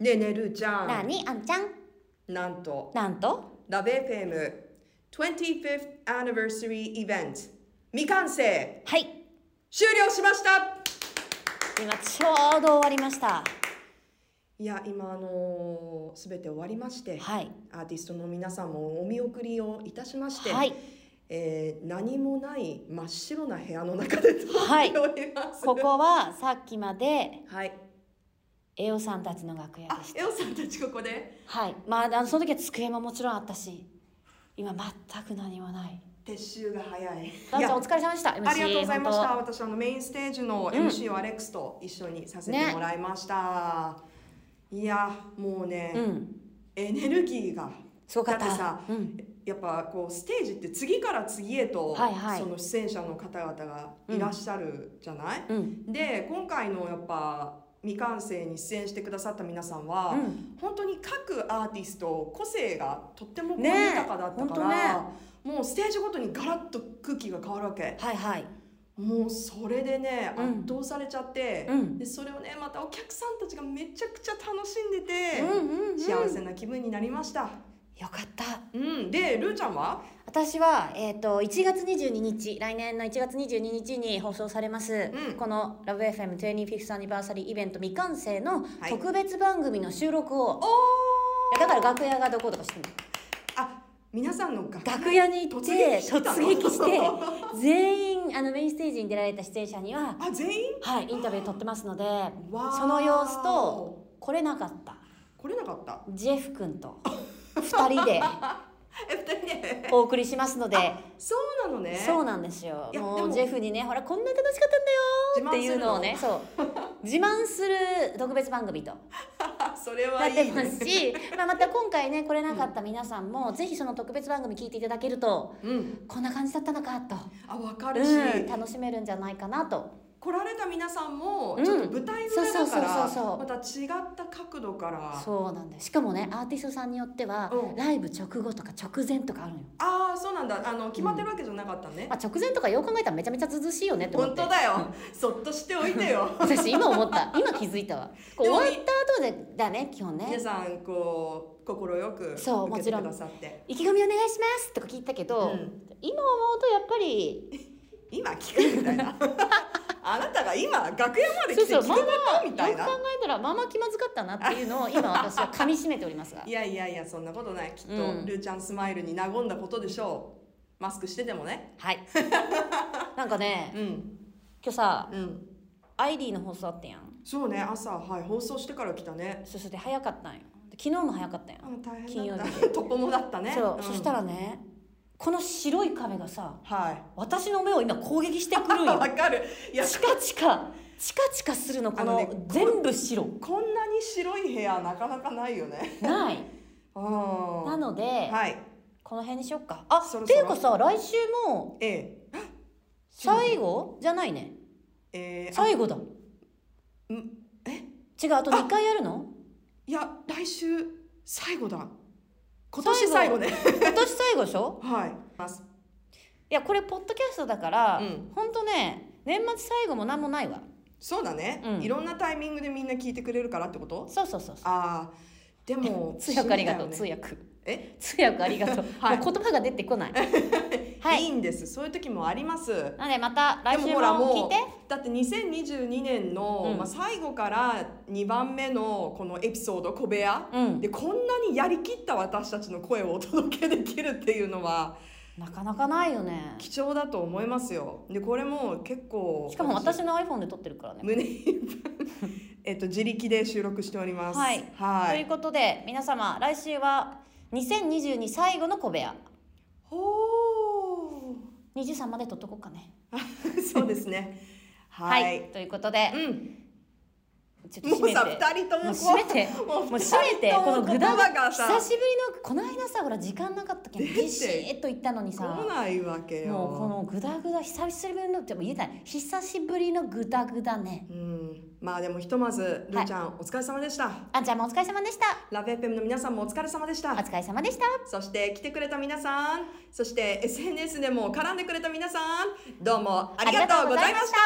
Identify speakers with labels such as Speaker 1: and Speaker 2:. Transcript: Speaker 1: ねえねえるーち
Speaker 2: な
Speaker 1: ゃ
Speaker 2: あ
Speaker 1: ん
Speaker 2: にあんちゃん
Speaker 1: なんと
Speaker 2: なんと
Speaker 1: ラベ FM 25th Anniversary Event 未完成
Speaker 2: はい
Speaker 1: 終了しました
Speaker 2: 今ちょうど終わりました
Speaker 1: いや今あのー、全て終わりまして、
Speaker 2: はい
Speaker 1: アーティストの皆さんもお見送りをいたしまして、
Speaker 2: はい
Speaker 1: えー何もない真っ白な部屋の中で撮っております、
Speaker 2: ここはさっきまで
Speaker 1: はい
Speaker 2: エオさんたちの楽屋
Speaker 1: あ
Speaker 2: でし
Speaker 1: エオさんたちここで
Speaker 2: たはいまああのその時は机ももちろんあったし今全く何もない
Speaker 1: 撤収が早い
Speaker 2: ダンちゃん
Speaker 1: や
Speaker 2: お疲れ様でした MC
Speaker 1: ありがとうございました。
Speaker 2: 本
Speaker 1: 私あのメインステージの MC をアレックスと一緒にさせてもらいました。いやもうね、
Speaker 2: 当うん
Speaker 1: エネルギーが
Speaker 2: すごかった
Speaker 1: だってさ、
Speaker 2: うん
Speaker 1: やっぱこうステージって次から次へと、
Speaker 2: はいはい
Speaker 1: その出演者の方々がいらっしゃるじゃない。
Speaker 2: うん
Speaker 1: で今回のやっぱ未完成に出演してくださった皆さんは、
Speaker 2: うん
Speaker 1: 本当に各アーティスト個性がとってもこう
Speaker 2: ねえ
Speaker 1: 豊かだったか
Speaker 2: ほ
Speaker 1: ら、
Speaker 2: ん
Speaker 1: もうステージごとにガラッと空気が変わるわけ。
Speaker 2: はいはい
Speaker 1: もうそれでね
Speaker 2: うん
Speaker 1: 圧倒されちゃって、
Speaker 2: うん
Speaker 1: でそれをねまたお客さんたちがめちゃくちゃ楽しんでて、
Speaker 2: うんうんうん
Speaker 1: 幸せな気分になりました、
Speaker 2: よかった
Speaker 1: うん、でルーちゃんは
Speaker 2: 私は、えー、と1月22日来年の1月22日に放送されます、
Speaker 1: うん
Speaker 2: この「LoveFM25th アニバーサリーイベント未完成」の
Speaker 1: はい
Speaker 2: 特別番組の収録を、
Speaker 1: お
Speaker 2: だから楽屋がどことかして
Speaker 1: あ皆さんの楽
Speaker 2: 楽屋に行って
Speaker 1: 突
Speaker 2: 突
Speaker 1: 撃したの
Speaker 2: 撃して全員あのメインステージに出られた出演者には、
Speaker 1: あ全員
Speaker 2: はい、インタビュー撮ってますので
Speaker 1: わー
Speaker 2: その様子と来れなかった
Speaker 1: 来れなかった
Speaker 2: ジェフ君と2人で
Speaker 1: え二人で
Speaker 2: お送りしますの で。
Speaker 1: そうなのね
Speaker 2: そうなんですよ
Speaker 1: いやで
Speaker 2: も
Speaker 1: も
Speaker 2: うジェフにねほらこんな楽しかったんだよっていうのをねそう自慢する特別番 組と
Speaker 1: あそれは
Speaker 2: なっ
Speaker 1: いい、
Speaker 2: て
Speaker 1: ね、
Speaker 2: ますしまあ、また今回ね来れなかった皆さんも、ぜひその特別番組聞いていただけると
Speaker 1: うん
Speaker 2: こんな感じだったのかと、
Speaker 1: あわかるし、
Speaker 2: うん、楽しめるんじゃないかなと
Speaker 1: 来られた皆さんも
Speaker 2: うん
Speaker 1: ちょっと舞台裏だか
Speaker 2: そうそうそうそ
Speaker 1: ら
Speaker 2: う
Speaker 1: また違った角度から
Speaker 2: そうなんですしかもねアーティストさんによっては、
Speaker 1: うん
Speaker 2: ライブ直後とか直前とかあるのよ、
Speaker 1: ああそうなんだあの決まってるわけじゃなかったね、
Speaker 2: まあ、直前とかよう考えたらめちゃめちゃ涼しいよねって思
Speaker 1: 本
Speaker 2: って
Speaker 1: 当だよそっとしておいてよ
Speaker 2: 私今 思った今気づいたわこう
Speaker 1: で
Speaker 2: 終
Speaker 1: も
Speaker 2: わった後でだね基本 ね
Speaker 1: 皆さんこう心よく
Speaker 2: そう
Speaker 1: 受けて
Speaker 2: もちろん
Speaker 1: くださって
Speaker 2: 意気込みお願いしますとか聞いたけど、
Speaker 1: うん
Speaker 2: 今思うとやっぱり
Speaker 1: 今聞くみたい なあなたが今楽屋まで
Speaker 2: そう
Speaker 1: 来て
Speaker 2: そ
Speaker 1: 聞
Speaker 2: う
Speaker 1: く
Speaker 2: まあま
Speaker 1: ことみ
Speaker 2: あ
Speaker 1: たい
Speaker 2: よく
Speaker 1: な
Speaker 2: 考えたらまあまあ気まずかったなっていうのを今私は噛み締めておりますが
Speaker 1: いやいやいやそんなことないきっと、
Speaker 2: うん
Speaker 1: ルーちゃんスマイルに和んだことでしょうマスクしててもね
Speaker 2: はいなんかね
Speaker 1: うん
Speaker 2: 今日さ
Speaker 1: うん
Speaker 2: アイリーの放送あったやん
Speaker 1: そうね朝はい放送してから来たね
Speaker 2: そうそうで早かったんよで昨日も早かったんよ
Speaker 1: あ、大変だっ
Speaker 2: 金
Speaker 1: た トッポモだったね
Speaker 2: そう、
Speaker 1: ん
Speaker 2: そしたらねこの白い壁がさ
Speaker 1: は
Speaker 2: 私の目を今攻撃して
Speaker 1: い
Speaker 2: くるん よ
Speaker 1: わかるいや
Speaker 2: チカチカチカチカするのこの
Speaker 1: あのね
Speaker 2: 全部白
Speaker 1: こんなに白い部屋なかなかないよね
Speaker 2: ない
Speaker 1: うん
Speaker 2: なので、
Speaker 1: はい
Speaker 2: この辺にしよっかあ
Speaker 1: そろそろ
Speaker 2: っていうかさ来週も
Speaker 1: ええ
Speaker 2: 最後じゃないね
Speaker 1: えー、あ
Speaker 2: 最後だ
Speaker 1: うんえ
Speaker 2: 違うあと2回やるの
Speaker 1: いや来週最後だ今年最後ね
Speaker 2: 今年最後でし ょ
Speaker 1: はいます
Speaker 2: いやこれポッドキャストだから、
Speaker 1: うん
Speaker 2: ほんとね年末最後も何もないわ
Speaker 1: そうだね、
Speaker 2: うん
Speaker 1: いろんなタイミングでみんな聞いてくれるからってこと
Speaker 2: そうそうそうそう
Speaker 1: ああでも
Speaker 2: 通訳ありがとう、
Speaker 1: 不
Speaker 2: 通
Speaker 1: 思議
Speaker 2: 訳
Speaker 1: だよね
Speaker 2: 通訳ありがとう、
Speaker 1: はい
Speaker 2: もう言葉が出て こない
Speaker 1: え、、
Speaker 2: はいい
Speaker 1: いんですそういう時もあります
Speaker 2: なのでまた来週
Speaker 1: で
Speaker 2: も
Speaker 1: ほらも
Speaker 2: 聞いうて
Speaker 1: だって2022年の、
Speaker 2: うん
Speaker 1: まあ、最後から2番目のこのエピソード小部屋、
Speaker 2: うん
Speaker 1: でこんなにやりきった私たちの声をお届けできるっていうのは
Speaker 2: なかなかないよね
Speaker 1: 貴重だと思いますよでこれも結構
Speaker 2: しかも私の iPhone で撮ってるからね
Speaker 1: 胸いっぱいえっと自力で収録しております
Speaker 2: はいということで皆様来週は2022最後の小部屋
Speaker 1: ほ
Speaker 2: 23まで撮っとこうかね
Speaker 1: ー そうですねは、
Speaker 2: はいい、ということで、
Speaker 1: うん
Speaker 2: ち
Speaker 1: もうさ
Speaker 2: めて
Speaker 1: 二人とも
Speaker 2: もう
Speaker 1: こ
Speaker 2: 閉
Speaker 1: う
Speaker 2: めて
Speaker 1: もう
Speaker 2: もう閉めて
Speaker 1: 二人
Speaker 2: ことの
Speaker 1: も
Speaker 2: グダ
Speaker 1: 言葉が
Speaker 2: が
Speaker 1: さ
Speaker 2: 久しぶりのこの間さほら時間なかったけど
Speaker 1: 出て
Speaker 2: ビシッと言ったのにさ
Speaker 1: 来
Speaker 2: も
Speaker 1: ないわけ
Speaker 2: う
Speaker 1: よ
Speaker 2: このグダグダ久しぶりのっても言えない久しぶりのグダグダね
Speaker 1: うんまあでもひとまずルーちゃん、お疲れ様でした
Speaker 2: あんちゃんもお疲れ様でした
Speaker 1: ラブ FM の皆さんもお疲れ様でし
Speaker 2: お
Speaker 1: た
Speaker 2: 疲れ様でした
Speaker 1: そして来てくれた皆さんそして SNS でも絡んでくれた皆さんどうもありがとうございました